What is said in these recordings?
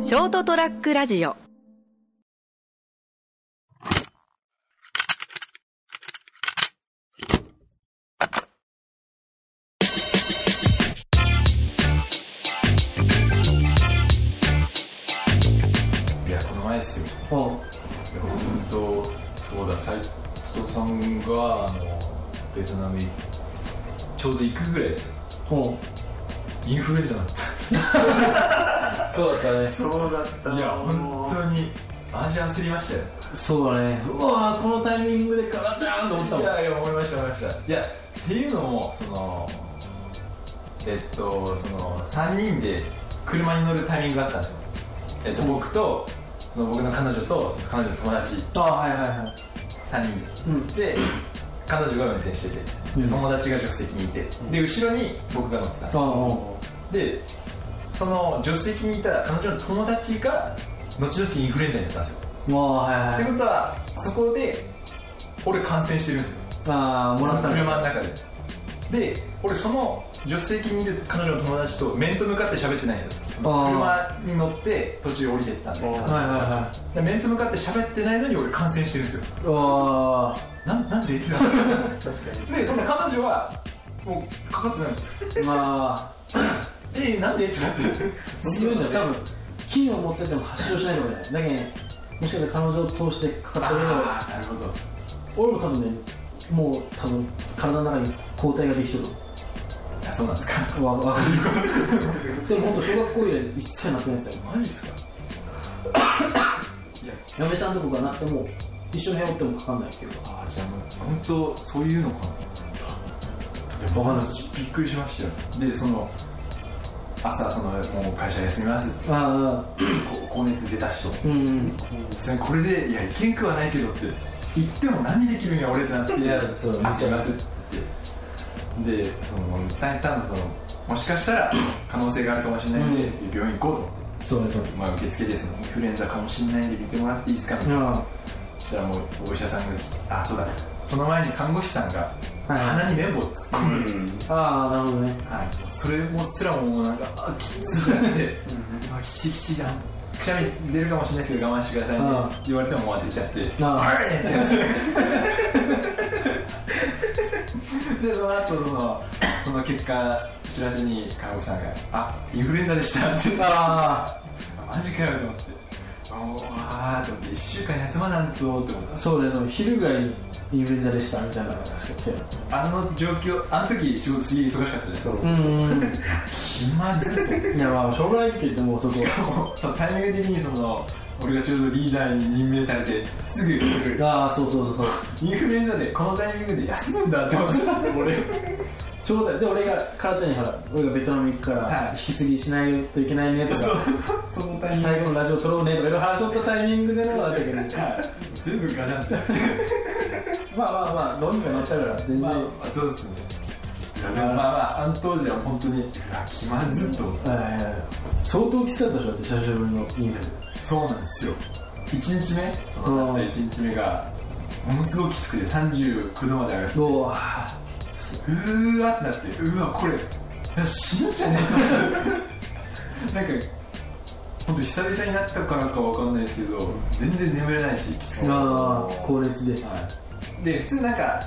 ショートトラックラジオいやこの前ですようん本当そうだ斎藤さんがあのベトナムにちょうど行くぐらいですようんインフルエンザだっそうだったねそうだったた いや本当にマジ焦りましたよそうだねうわーこのタイミングでカラちゃんと思ったもいんやいや思いました思いましたいやっていうのもそのえっとその3人で車に乗るタイミングがあったんですよえっと僕とその僕の彼女とその彼女の友達あはいはいはい3人でうんで彼女が運転しててうでん友達が助手席にいてで後ろに僕が乗ってたんですあようんでその助手席にいた彼女の友達が後々インフルエンザになったんですよあはいっはていことはそこで俺感染してるんですよああもらったそのね車の中でで俺その助手席にいる彼女の友達と面と向かって喋ってないんですよその車に乗って途中降りてったんであーはいはいはで面と向かって喋ってないのに俺感染してるんですよいうわなんなん で言ってたんですか確かにでその彼女はもうかかってないんですよーまえなんでってなってあ強いんだよ多分金を持ってても発症しないかもねだけどもしかして彼女を通してかかってるのがなるほど俺も多分ねもう多分体の中に抗体ができてるいやそうなんですかわわかるでも本当小学校以来一切なくないですよマジっす か嫁さんとこがなっても一緒に部屋おってもかかんないけどああじゃあもう本当そういうのかなわかんないびっくりしましたよでその朝そのもう会社休みますってああこ高熱出た人うんそれこれでいやいけんくはないけどって言っても何できるんや俺ってなっていやそう休みますって言ってでその大胆なそのもしかしたら可能性があるかもしれないんで、病院行こうと思ってそうねそうねまあ、受付でそのインフルエンザかもしれないんで見てもらっていいですかみたいなあそしたらもうお医者さんが来てあそうだその前に看護師さんがはい鼻に綿棒を突っ込む、あああなるほどねはい、もうそれもすらもうなんかあきつくなってあきちきちだくしゃみ出るかもしれないですけど我慢してくださいねって言われてもまあ出ちゃってああはいってなっちゃうでその後そのその結果知らせに看護師さんが「あインフルエンザでした」ってあマジかよと思ってあもうあーと思って1週間休まなんとと思ってあそうねその昼ぐらいにインフルエンザでしたみたいな確かにそうやあの状況あの時仕事すげえ忙しかったですそううん気まずっ いやまあしょうがないけどもうそこはとも うそのタイミング的にその俺がちょうどリーダーに任命されてすぐすぐ ああそうそうそうそうインフルエンザでこのタイミングで休むんだって思って俺ちょうどよで俺がカラちゃんにほら俺がベトナム行くかはいら引き継ぎしないといけないねとかその タイミング最後のラジオ撮ろうねとかいろいろ話しとったタイミングでのあったけど はい全部ガシャンってまあまあまあどうにかなったから全然、まあそうですねいやでもまあまああの当時は本当にうわ気まずっと思ってえー相当きつかったでしょだって久しぶりのインフルそうなんですよ1日目そのうんたった1日目がものすごくきつくて39度まで上がってうわうーわってなってうわこれ死ぬんじゃねえと思って なんか本当久々になったからかわかんないですけど全然眠れないしきつくてああ高熱ではいで普通なんか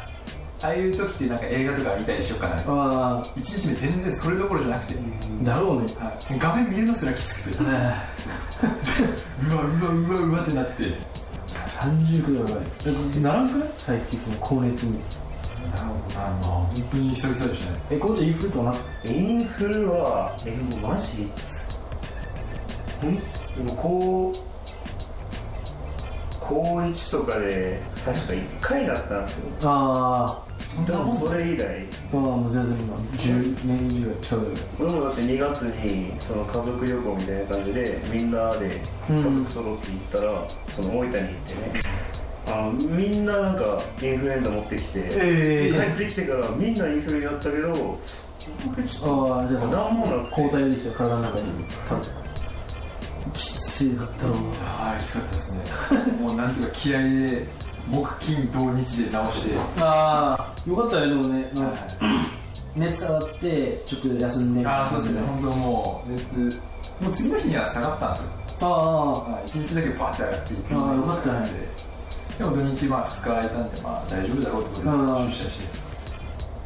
ああいう時ってなんか映画とか見たりしようかな1ああ日目全然それどころじゃなくて、だろうねはい画面見るのすらきつくてうわうわうわうわってなって39度ぐらいえならんくない最近その高熱になるほどな、まあ、本当に久々でしたね。えこうちゃんインフルとかなインフルはえもうマジいつほんでもこう高一とかで確か一回だったんですよあそんでなももんそれ以来あまあもう全然今10年以上やっちゃう俺もだって2月にその家族旅行みたいな感じでみんなで家族揃って行ったら、その大分に行ってねあみんななんかインフルエンザ持ってきて、ええ帰ってきてからみんなインフルになったけど僕ちょっとああじゃあなんもなくて抗体ができてる体の中に多分きつかったろうああ、きつかったですね。 もうなんとか気合で、木、金、土、日で直して。ああよかったねでもねなんかは熱上がってちょっと休んいでああ、そうですね。本当もう、熱、もう次の日には下がったんですよ。あはい、1日だけバーって上がって1日あーよかったねでも土日まあ2日空いたんでまあ大丈夫だろうってことでうん出社して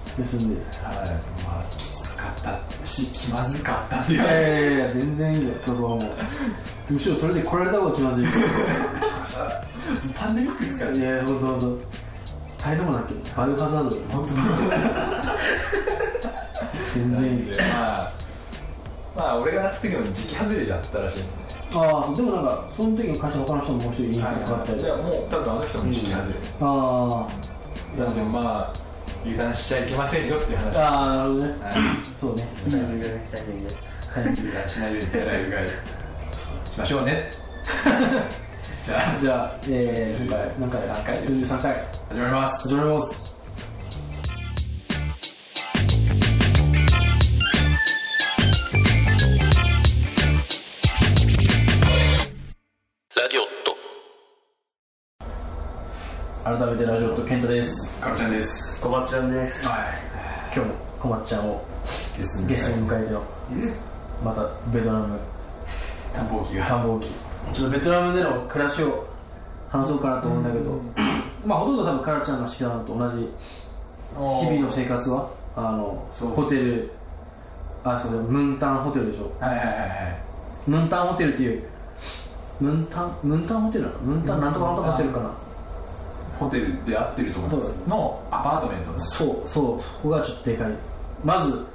あ休んではいまあきつかったし気まずかったっていいうやい話やいや全然いいよそこはもうむしろそれで来られた方が気まずいパンデミックですからいねやいやほんとほんと大変なもんだっけバルハザード本当に全然いいですよまあまあ俺がなった時も時期外れじゃったらしいですねああでもなんかその時に会社の他の人ももう一人いい人はいにかったりいやもう多分あの人も時期外れ、あなのでまあ油断しちゃいけませんよっていうあ話はああなるほどねそうねタイミングでタイミングではいい油断しないように手洗いうがいしましょう ねじゃあじゃあ、えー、今回何回だ43回43回始まります始まりますラディオット改めてラジオと健太ですかロちゃんです。小松ちゃんですはい今日もこまっちゃんをゲストゲストに迎えてのまたベトナム探訪機が。繁忙期ちょっとベトナムでの暮らしを話そうかなと思うんだけどまあほとんど多分カラちゃんが好きなのと同じ日々の生活はあのそうホテルあそうだムンタンホテルでしょはいはいはいはい。ムンタンホテルっていうムンタンムンタンホテルなのムンタンなんとかなんとかホテルかなホテルで合ってると思いまどうす。のアパートメントの。そうそうそこがちょっとでかいまず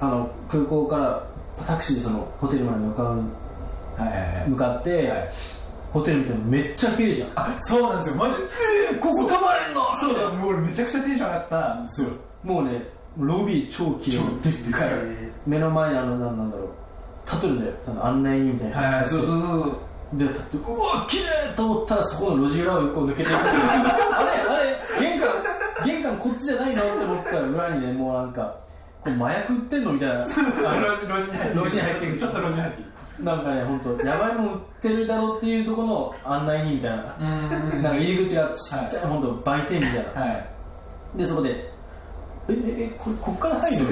あの空港からタクシーでそのホテルまで向かうはいはいはい。向かって、はいホテル見てもめっちゃ綺麗じゃんあ、そうなんですよ。マジ。えーここ泊まれんのそうだ、もう俺めちゃくちゃテンション上がったんですよ。もうねロビー超綺麗超でっかい目の前にあのなんなんだろう立ってるんだよその案内人みたいな人はいはい、そうそうそう。で立ってうわ綺麗と思ったらそこの路地裏を横抜けていく あれあれ玄関玄関こっちじゃないのって思ったら裏にねもうなんかこう麻薬売ってんのみたいなあの路地路地に入って路地に入ってちょっと路地に入ってる。なんかね、本当、やばいもん売ってるだろうっていうところの案内人みたいな、うんなんか入り口がちっちゃい、本当、売店みたいな、はい。で、そこで、え、え、え、これ、こっから入る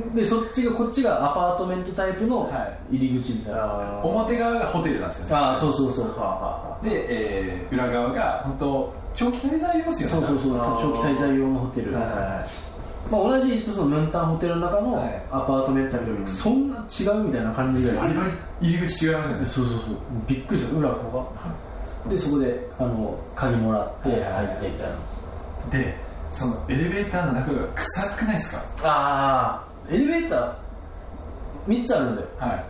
ので、そっちが、こっちがアパートメントタイプのは入り口みたいな、あーは表側がホテルなんですよね。ああ、そうそうそうあ、はで、えー裏側が本当長期滞在ありますよね。そうそうそう、あー長期滞在用のホテル、はまいあ、はいはい。同じ一つのムンタンホテルの中のはいアパートメントタイプ、うんそんな違うみたいな感じぐらい。バリバリ入り口違いますよね。そうそうそうびっくりした裏ここがでそこであの鍵もらってはいはい入はいってみたいなでそのエレベーターの中が臭くないですかああエレベーター3つあるんだよはい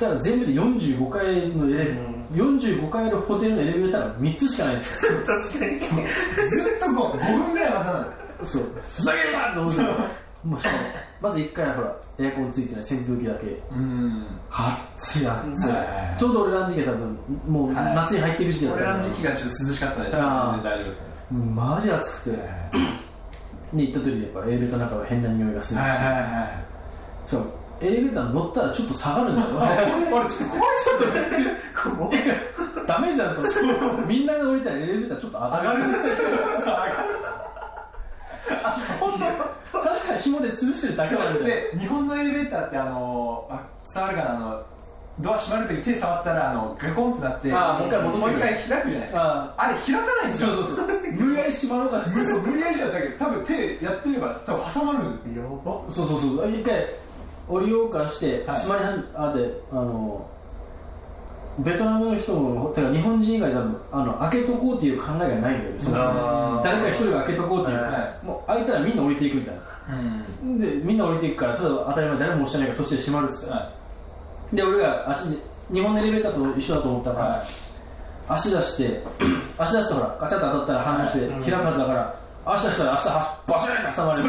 だから全部で45階のエレベーター、45階のホテルのエレベーターが3つしかないん ですよあ確かにずっとこう5分ぐらい待たないそうふざけるなと思ってもうしかもまず1回はほらエアコンついてない扇風機だけうーん暑い暑はいはいはいいちょうど俺らの時期は多分もうはい夏に入ってる時期だった俺からの時期がちょっと涼しかったんで多あー分全然大丈夫だったんですうんマジ暑くてけどで行った時にやっぱエレベーターの中は変な匂いがするしはいはいはいしかもエレベーター乗ったらちょっと下がるんだよはい 俺ちょっと怖いちょっとびっくりしたこう ダメじゃんとみんなが降りたらエレベーターちょっと上が上がるる そう上がる本当ただ紐で吊るしてるだけなんそうだよで日本のエレベーターってあのあ伝わるかなあのドア閉まるとき手触ったらあのガコンってなってあーもう一回戻ってくるもう一回開くじゃないですかああれ開かないんですよそうそうそうあ無理やり縛ろうかする無無理やりじゃんだけど多分手やってれば多分挟まるやばそうそうそう一回降りようかしてはい縛り始めあであのベトナムの人もてか日本人以外多分あの開けとこうっていう考えがないんだよねそもそもあー誰か一人が開けとこうっていう、はもう開いたらみんな降りていくみたいなうんでみんな降りていくからただ当たり前誰も押してないから途中で閉まるっつって、はで俺が足で日本のエレベーターと一緒だと思ったいから、は足出して 足出すとほらガチャッと当たったら反応して開くはずだから、足出したら足と足バシューン挟まれる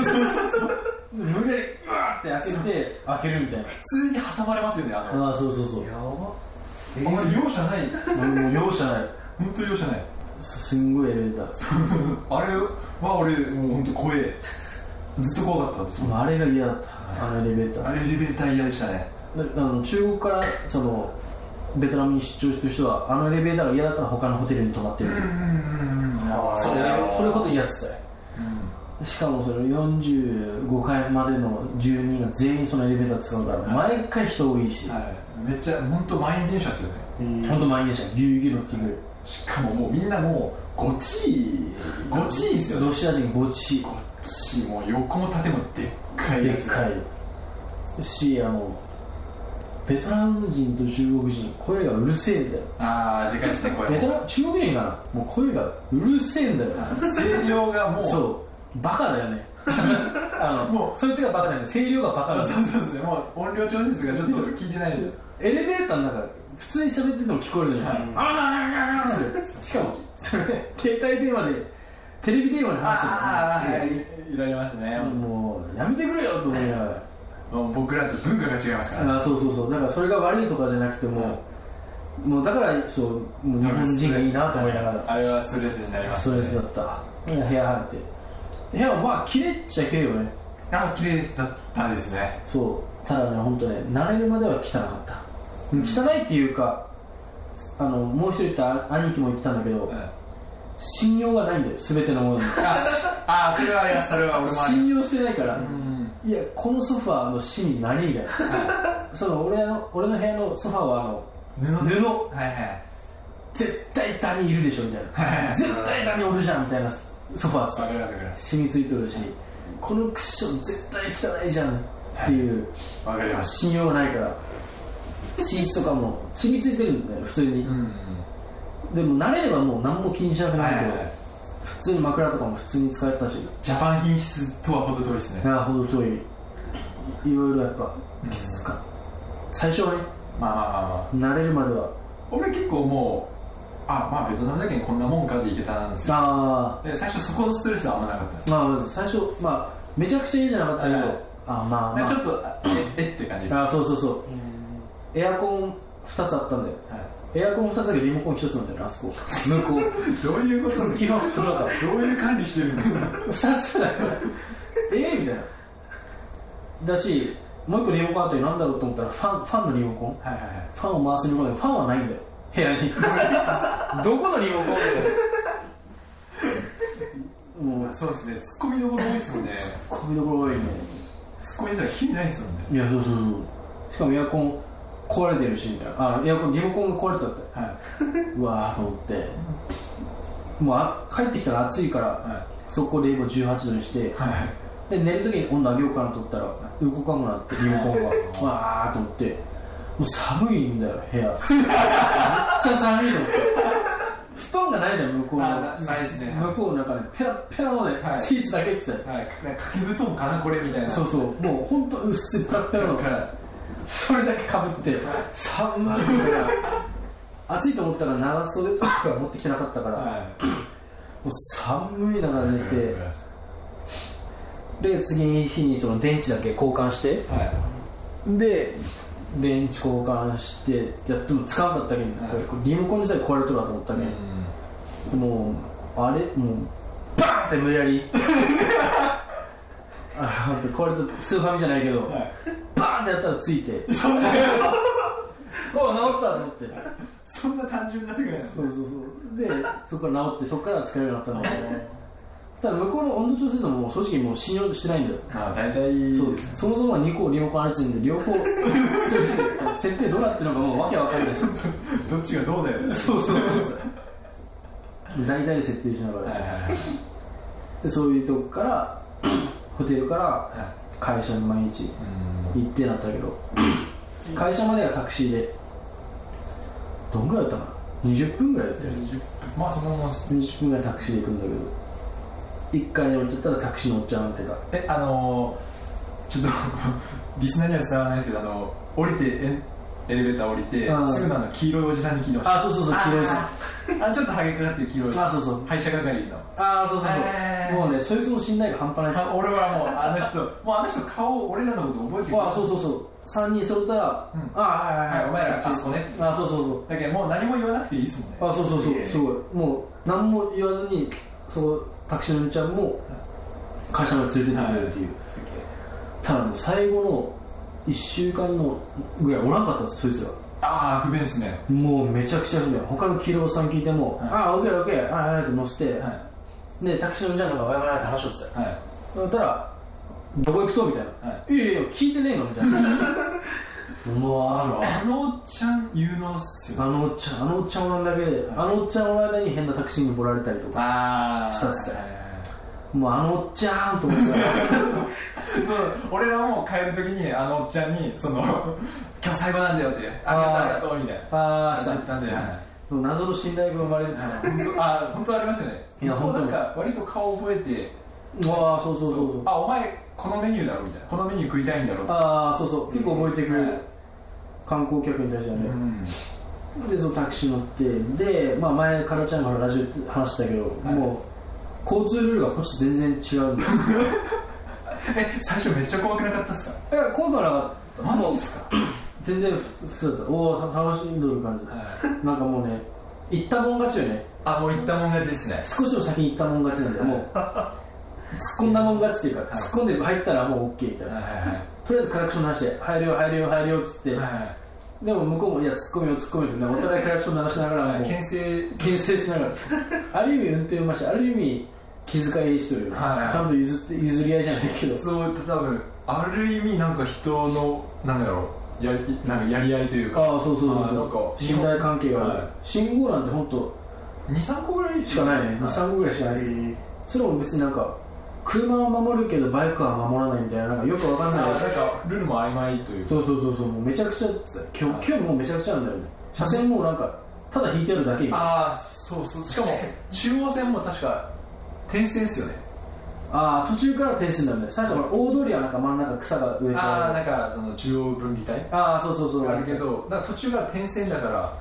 無理やりうわで開けて開けるみたいな普通に挟まれますよねあのああそうそうそうやあばんまり容赦ない俺もう容赦ない本当容赦ない すすんごいエレベーターあれは俺もう本当怖えずっと怖かったですもうあれが嫌だったあのエレベーターあれエレベーター嫌でしたねだあの中国からそのベトナムに出張してる人はあのエレベーターが嫌だったら他のホテルに泊まってるあーそれそれこそ嫌ってたよしかもその45階までの住人が全員そのエレベーター使うから毎回人多いしはいめっちゃ本当満員電車ですよね本当満員でしたぎゅうぎゅう乗ってくるしかももうみんなもうごちいごちいんですよロシア人ゴチごちいもう横も縦もでっかいでやっつかいしあのベトナム人と中国人声がうるせえんだよああでかいですねこベれトナム中国人かなもう声がうるせえんだよ声量がもうそうバカだよ ねあのももうそいつがバカじゃなくて声量がバカだよそうそうですねもう音量調節がちょっと聞いてないですエレベーターの中で普通に喋ってても聞こえるのに、あーあーあーあーってしかもそれ携帯電話でテレビ電話で話ああしてはるのねいいられますねもうやめてくれよと思いながらもう僕らと文化が違いますからあそうそうそうだからそれが悪いとかじゃなくても、もうだからそうもう日本人がいいなと思いながらあれはストレスになりますストレスだったいや部屋入って部屋はまあ綺麗っちゃ綺麗よねあ綺麗だったですねそうただね本当ね慣れるまでは汚かった汚いっていうかあのもう一人言った兄貴も言ってたんだけど、あ信用がないんだよ全てのものにあそれはありますそれは俺もあり信用してないから、いやこのソファーの芯何みたいな、その俺の俺の部屋のソファーはあのます布布はいはい絶対ダニいるでしょみたいな絶対ダニおるじゃんみたいなソファーっわかりますわかりまてす染みついてるしこのクッション絶対汚いじゃんっていうわかります信用がないからシーツとかも染みついてるんだよ普通に、うんでも慣れればもう何も気にしなくなるけど、はいはい普通に枕とかも普通に使えたしジャパン品質とはほど遠いですねなるほど遠いいろいろやっぱきつかった、最初はねまあまあまあまあ慣れるまでは俺結構もうあまあベトナムだけにこんなもんかでいけたんですよあで最初そこのストレスはあんまなかったんですーまあまず最初まあめちゃくちゃいいじゃなかったけど、はいはいあまあまであちょっとあええって感じですあそうそうそうエアコン2つあったんだよはエアコン2つだけどリモコン1つなんだよなあそこ向こういどういうこと 基本その中どういう管理してるんですか2つだからええみたいなだしもう1個リモコンあったりなんだろうと思ったらファンファンのリモコンはいはいはいファンを回すリモコンだけどファンはないんだよ部屋 にどこのリモコンだよもうそうですねツッコミどころ多いですもんねツこびどころ多いねッコミじゃ気味ないですもんねいやそうそうそうしかもエアコン壊れてるしみたいなあエアコンリモコンが壊れてたってはうわーと思ってもうあ帰ってきたら暑いから、いはそこで今18度にしていはいで寝る時に温度上げようかなと思ったら動かなくなってリモコン がわーと思ってもう寒いんだよ部屋 めっちゃ寒いと思って布団がないじゃん向こうのあなないですね向こうの中でペラッペラのね、はいシーツだけっつってはい掛け布団かなこれみたいなそううそうもう本当薄いペラッペラのからそれだけかぶって寒い暑いと思ったら長袖とか持ってきてなかったから、はいもう寒い中で寝てはで次の日にその電池だけ交換してで電池交換してやっても使わなかったけはど、いこれリモコン自体壊れとるかと思ったいけうど、んもうあれもうバーンって無理やりあのこれとスーファミじゃないけど、はいバーンってやったらついてそんな お治ったと思ってそんな単純な世界なんですそうそうそうでそこから治ってそこから使えるようになったん だけどただ向こうの温度調節ももう正直もう信用してないんだよまあ大体そうですそもそも2個リモコンある時点で両方設定どうなってるのかもうわけわかんないしどっちがどうだよねそうそうそう大体で設定しながら、はいはいはいでそういうとこから ホテルからは会社に毎日いうん行ってなったけど会社まではタクシーでどんぐらいだったかな20分ぐらいだったよねまあそのまま20分ぐらいタクシーで行くんだけど1階に降りてったらタクシー乗っちゃうっていうかえあのー、ちょっとリスナーには伝わらないですけどあの降りてエエレベーター降りてうんすぐのあの黄色いおじさんに聞いてましあそうそうそう黄色いさたあちょっとハゲかかってる黄色いおじさんあそうそう歯医者係のああそうそうそう、えーもうねそいつの信頼が半端ないあ俺はもうあの人もうあの人顔俺らのこと覚えてるあそうそうそう3人揃ったら、うんああはいはいはいはいお前らあそこねあそうそうそうだけどもう何も言わなくていいですもんねあそうそうそうええすごいもう何も言わずにそのタクシーの兄ちゃんも会社まで連れてってくれるっていすう、げえただもう最後の1週間のぐらいおらんかったんですそいつらああ不便ですねもうめちゃくちゃ不便他のキロさん聞いても、はいああオッケーオッケーああって乗せて、はいでタクシーの兄ちゃんの方がわやわやって話をってたよはいだったらどこ行くとみたいな、、はい やいや聞いてねえのみたいなもうあるわあのおっちゃん有能っすあよのおっちゃんあのおっちゃんおらんだけであのおっちゃんおらん間に変なタクシーにぼられたりとかあーあ下っつってもうあのおっちゃんと思ってそう俺らも帰るときにあのおっちゃんにその今日最後なんだよってありがとうありがとうみたいな ああしだったたんで、はい謎の信頼が生まれてたな本当あ本当ありましたねいやこう本当なにんか割と顔覚えてうわあそうそうそうそうあお前このメニューだろみたいなこのメニュー食いたいんだろとかああそうそう結構覚えてくれはいる観光客に対してはうねんでそのタクシー乗ってで、まあ、前からちゃんのラジオで話したけど、いもう交通ルールがこっちと全然違うんだよえ最初めっちゃ怖くなかったっすかいや今回はマジっすか全然ふ普通だったおお楽しんどる感じ、なんかもうね行ったもん勝ちよねあもう行ったもん勝ちですね少しも先に行ったもん勝ちなんだ よもう突っ込んだもん勝ちっていうか、はい突っ込んで入ったらもう OK みたいな、はいはいはいとりあえずクラクション鳴らして入るよ入るよ入るよっつって、はでも向こうもいや突っ込みよ突っ込みよってねお互いクラクション鳴らしながらもうい牽制牽制しながら ある意味運転うまいしある意味気遣いしとるよね、はいちゃんと譲って譲り合いじゃないけどそう多分ある意味なんか人のなんだろうやりなんかやり合いというかああそうそうそうあーなんそかう信頼関係がある、はい信号なんて本当23個ぐらいしかないね、は23個ぐらいしかない、えそれも別になんか車は守るけどバイクは守らないみたいななんかよくわかんあないなんかルールも曖昧というかそうそうそうそうもうめちゃくちゃ距はい距離もめちゃくちゃなんだよね車線もなんかただ引いてあるだけあああそうそう しかも中央線も確か転線ですよねあー途中から転生なんだよ最初は大通りはなんか真ん中草が植えてあああなんかその中央分離帯あーそうそうそうあるけどなんか途中が転線だから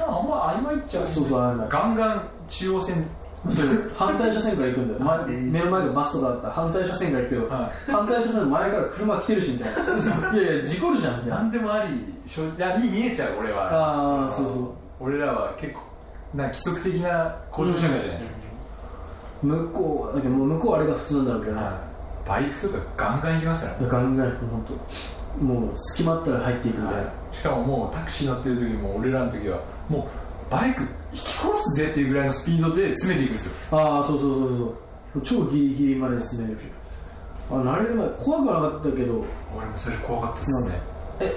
あんま曖昧っちゃうそうそうあ るんだガンガン中央線そう反対車線から行くんだよ、前えー目の前がバスとかだったら反対車線から行くけど、は反対車線の前から車来てるしみたい ないやいや事故るじゃんみたいな何でもありしょいやに見えちゃう俺はああそうそ俺らは結構なんか規則的な交通社会じゃない、う向こうだけどもう向こうはあれが普通なんだろうけどね、はいバイクとかガンガン行きますから、ガンガン本当もう隙間あったら入っていくみたいな、はいしかももうタクシー乗ってる時も俺らの時はもうバイク引き殺すぜっていうぐらいのスピードで詰めていくんですよああそうそうそうそう超ギリギリまで進めるあ慣れる前怖くはなかったけど俺もそれ怖かったっすね、え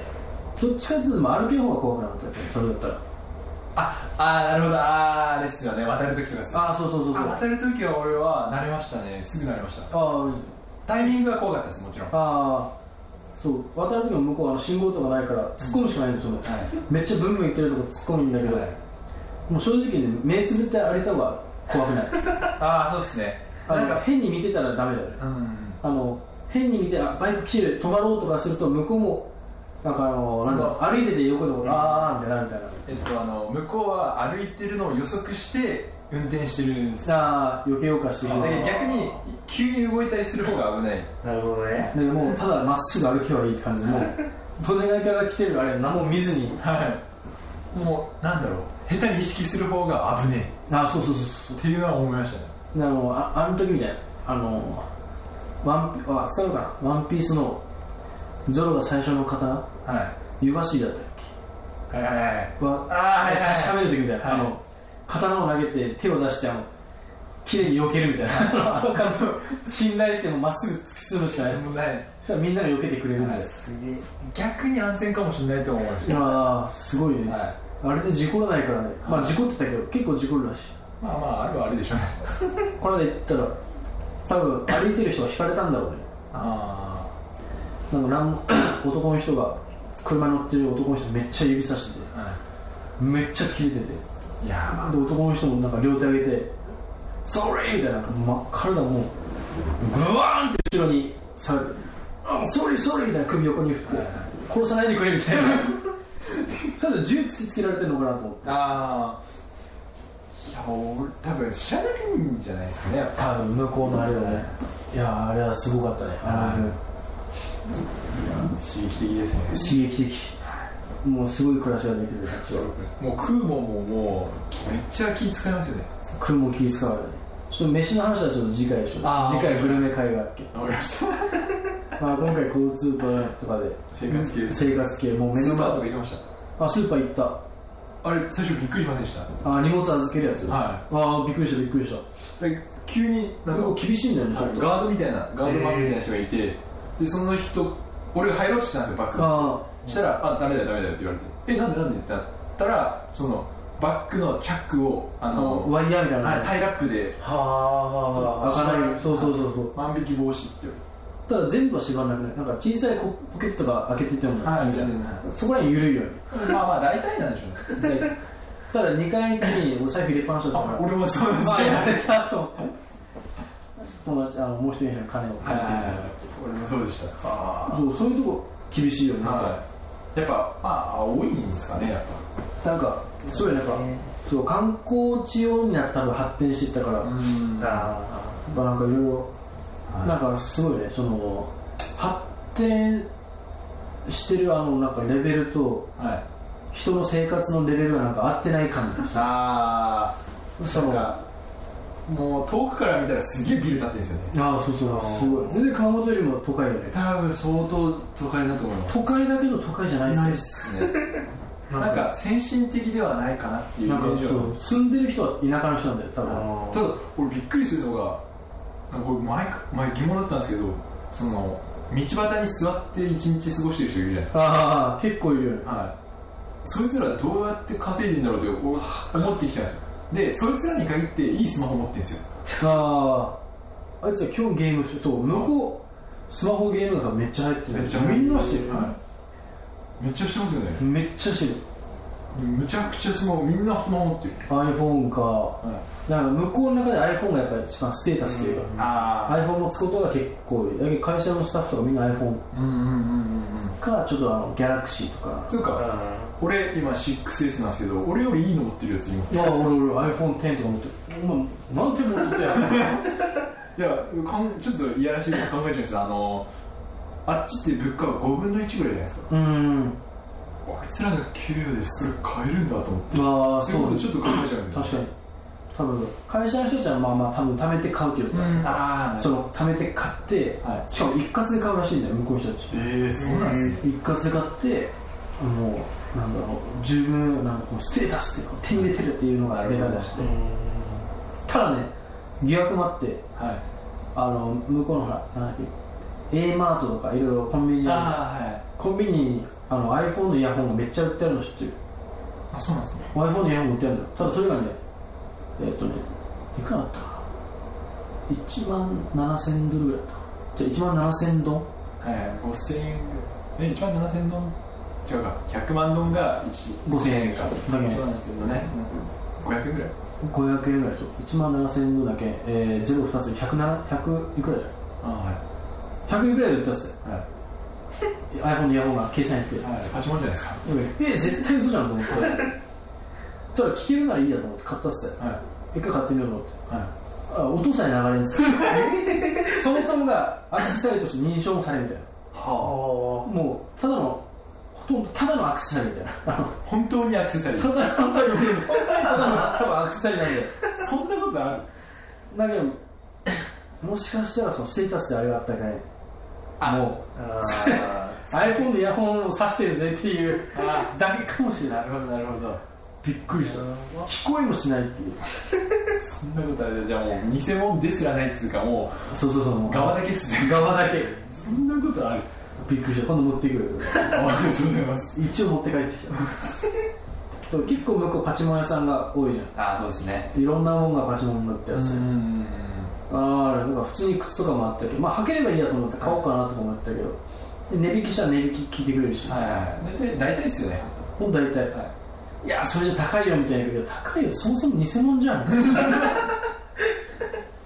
どっちかっていうとまあ歩ける方が怖くなかったよねそれだったらああーなるほどあーあれっすよね渡る時とかですよああそうそうそうそうあ渡る時は俺は慣れましたねすぐ慣れましたあタイミングが怖かったですもちろんあああそう渡る時も向こうはあの信号とかないから突っ込むしかないんですよ、ねはめっちゃブンブン行ってるとこ突っ込むんだけど、はいもう正直ね目つぶって歩いた方が怖 くないああそうですねあなんのか変に見てたらダメだよねうんあの変に見てあバイク来てる止まろうとかすると向こうもなんかあのなんだろう歩いてて横でこうああみたいなみたいなえっとあの向こうは歩いてるのを予測して運転してるんですよさあ避けようかしていだくから逆に急に動いたりする方が危ないーなるほどねでもうただまっすぐ歩けばいいって感じでもう利根川から来てるあれ何も見ずにはいもうなんだろう下手に意識する方が危ねああそうそうそうえそっていうのは思いましたねうであのああの時みたいなあのワンピあ伝わるかなワンピースのゾロが最初の刀は湯橋だったっいはいはいはいけはあーはいはいはい確かめる時みたいな、はいあの刀を投げて手を出してあの綺麗に避けるみたい なあの感じ信頼してもまっすぐ突き進むしかないでもねそしたらみんなが避けてくれるんで、すげえ逆に安全かもしれないと思いましたああすごいね、はいあれで事故らないからね、まあ事故ってたけど結構事故るらしいまあまああるはあるでしょうねこの間行ったら多分歩いてる人が引かれたんだろうねあなんかなんも 男の人が車に乗ってる男の人めっちゃ指さしててあ、はめっちゃ切れててでい、いやーま男の人もなんか両手上げて「ソーリー!」みたいな、ま、体もうグワーンって後ろにされて「あソーリーソーリー!」みたいな首横に振って殺さないでくれみたいな それで銃突きつけられてるのかなと思ってああーいや俺多分知らないんじゃないですかねやっぱ多分向こうのあれだねいやーあれはすごかったねあの分刺激的ですね刺激的もうすごい暮らしができるこっちはもう食うもんももうめっちゃ気使いますよね食うも気使われないちょっと飯の話はちょっと次回でしょあー次回グルメ会があっけ、わかりましたまあ、今回交通とか で生活系です生活系もう目スのーパー前とか行きましあスーパー行ったたあれ最初びっくりしませんでしたあ荷物預けるやつ、あはあびっくりしたびっくりしたいで急になんか結構厳しいんだよねちょっとガードみたいなガードマンみたいな人がいて、でその人俺が入ろうとしたんですよバックにあしたら「あダメだよダメだよ」って言われて「えなんでなんで?」ってなったらそのバックのチャックをああのの割り矢みたいなはいタイラップでは開かないそうそうそうそう万引き防止っていうただ全部は縛らなくないなんか小さいポポケットとか開けててもはいみたいなそこら辺緩いよねまあまあ大体なんでしょうねでただ2階の時に俺財布入れっぱなしだったから 俺もそうですよまあやられたと思う友達あのもう一人の人に金をは借いりて俺もそうでしたはそうそういうとこ厳しいよね、いやっぱまあ多いんですかねやっなんかそうやなんかそう観光地用になったら発展してったから、ぱやっんああぱなんかいろいろはいなんかすごいねその発展してるあのなんかレベルとはい人の生活のレベルがなんか合ってない感じああそなんのかもう遠くから見たらすげえビル建ってるんですよねああそうそうすごい全然熊本よりも都会よね多分相当都会だと思いま都会だけど都会じゃないないっですすねなんか先進的ではないかなっていうイなメんかージそう住んでる人は田舎の人なんだよ多あ分はただ俺びっくりするのがなんか俺前か前疑問だったんですけどその道端に座って一日過ごしてる人いるじゃないですかああ結構いるよねはい、そいつらどうやって稼いでんだろうって俺思ってきたんですよでそいつらに限っていいスマホ持ってるんですよあああいつは基本ゲームしてそう向こうスマホゲームがめっちゃ入ってるみんなしてる、はい、めっちゃしてますよねめっちゃしてるめちゃくちゃスマホみんなスマホ持ってる、 iPhone かはい、なんか向こうの中で iPhone がやっぱり一番ステータスというか、あ iPhone を持つことが結構多いだけど会社のスタッフとかみんな iPhone うんうんうんうんうんかちょっとあのギャラクシーとかつうかあ俺今 6S なんですけど俺よりいいの持ってるやついますまあ俺俺 iPhone10 とか持ってるお前何点持ってたやんいやかんちょっといやらしいこと考えちゃうんですけどあのあっちって物価が5分の1ぐらいじゃないですか うんあいつらの給料でそれ買えるんだと思ってまあそういうそこうとちょっと考えちゃうんですよ確かに多分会社の人たちはまあまあ多分貯めて買うけど、ああその貯めて買って、はしかも一括で買うらしいんだよ向こうの人たちええそうなんですね一括で買ってもうなんだろう十分なんかこうステータスっていうか手に入れてるっていうのが出方してーうんただね疑惑もあってはいあの向こうのほらなんだっけ A マートとかいろいろコンビニにあるあはいコンビニにあの iPhone のイヤホンがめっちゃ売ってあるの知ってるあそうなんですね iPhone のイヤホン売ってあるのただそれがねえっ、とねいくらだったかな1万7000ドルぐらいだったかなじゃあ1万7000ドンはい5000円え1万7000ドン違うか100万ドンが5000 5000円かだけそうなんですよね500円ぐらい500円ぐらいでしょ1万7000円分だけ、えー、ゼロ2つで107 100いくらじあはゃん100円ぐらいで売ったっすよいは iPhone のイヤホンが計算やっていはいパチモンじゃないですかえー絶対嘘じゃんと思 ってただ聞けるならいいやと思って買ったっすよはい一回買ってみようと思ってはあ音さえ流れるんです よそもそもがアクセサリーとして認証もされるみたいいはあなもうただのほとんどただのアクセサリーみたい なあのあ本当にアクセサリたーだの本当に本当にただの多分アクセサリーなんで そんなことあるだけどもしかしたらそのステータスであれがあったかいあもうあー iPhone のイヤホンを挿してるぜっていうだけかもしれないなるほどなるほどびっくりした聞こえもしないっていうそんなことあるじゃあもう偽物ですらないっつうかもそうそうそうもうう側だけっすね側だけそんなことあるびっくりした今度持ってくるありがとうございます一応持って帰ってきたそう結構向こうパチモン屋さんが多いじゃないですああそうですねかいろんなもんがパチモンになってやうつ、んああなんか普通に靴とかもあったけどまあ履ければいいやと思って買おうかなとか思ったけどで値引きしたら値引き聞いてくれるし、はいはい大体大体ですよねもう大体、、はいやそれじゃ高いよみたいな言うけど高いよそもそも偽物じゃん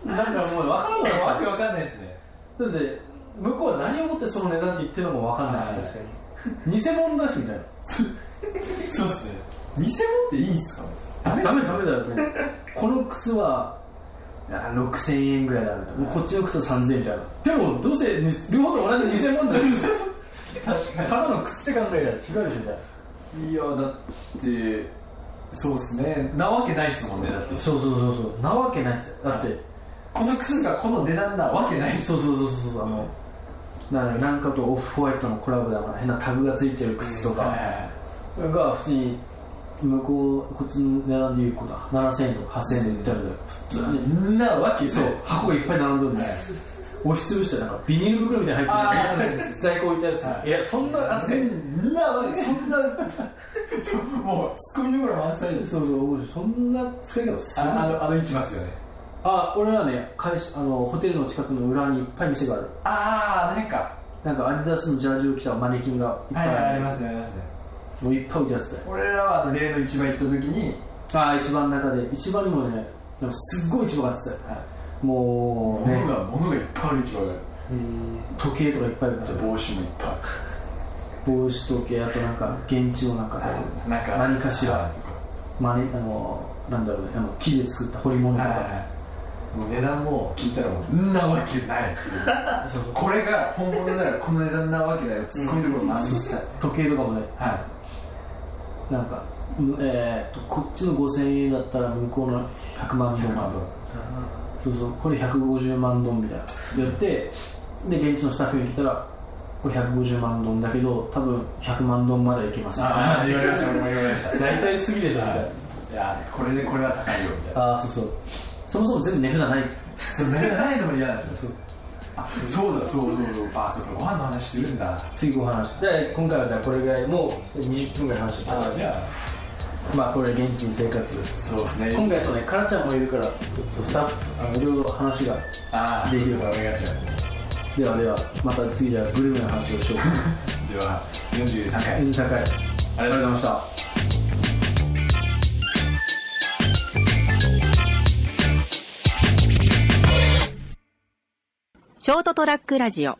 だからもう分からんわわけわかんないですねだって向こうは何をもってその値段って言ってるのかも分かんないし確かに偽物だしみたいなそうですね偽物っていいんすかダメダメだよと 思うこの靴はあ6000円ぐらいだなともうこっちの靴は3000円みたいなでもどうせに両方と同じ偽物だし確 ただの靴って考えりゃ違うでしょみたいにいやだってそうですねなわけないっすもんねだってなそうそうそうそうなわけないっすよだって、この靴がこの値段なわけないっすそうそうそうそうそうあのなんかなんかとオフホワイトのコラボだな変なタグがついてる靴とか、が普通に向こうこっちの値段で言うことだ7000円とか8000円で売ってあるんだよ普通にいなわけそう箱がいっぱい並んでるんだよ押しつぶしたなんかビニール袋みたいに入ってるあー在庫置いたやつ、はいい、やそんな熱い、んなそんなもうツッコミどころ満載ですそうそう面白いそんな使い方するあああのあの位置ますよねあ俺はね会社あのホテルの近くの裏にいっぱい店があるああ何かなんかアディダスのジャージを着たマネキンがいっぱはいい、はい、ああるりますねありますねもういっぱい置いたやつだよ俺らはあの例の市場行った時に、ああ一番中で一番にもねなんかすっごい市場があってたよはい、もうね物が物がいっぱいある市場がある時計とかいっぱい売ってあとる帽子もいっぱいある帽子時計あとなんか現地の中で、なんか何かしらはいマネあのなんだろうねあの木で作った彫り物とはか、いはいもう値段も聞いたらもう「んなわけない」 そうそうこれが本物ならこの値段なわけないよツッコミどころ満載時計とかもねはいなんか、むえー、とこっちの5000円だったら向こうの100万ドンまあそうそうこれ150万ドンみたいな言ってで現地のスタッフに来たらこれ150万ドンだけど多分100万ドンまでいけますああ言われました俺も言われました大体すぎでしょみたいないやこれでこれは高いよみたいなああそうそうそもそも全部値札ないそう値段ないのも嫌なんですよあそうだそうそうそうあそうかご飯の話するんだ次お話じゃあ今回はじゃあこれぐらいもう20分ぐらい話してきたじゃまあこれ現地の生活あそうですね今回そうねカラちゃんもいるからスタッフあのいろいろ話がああぜぜひひお願いしますではではまた次じゃあグルメの話をしようかでは43回演社会ありがとうございましたショートトラックラジオ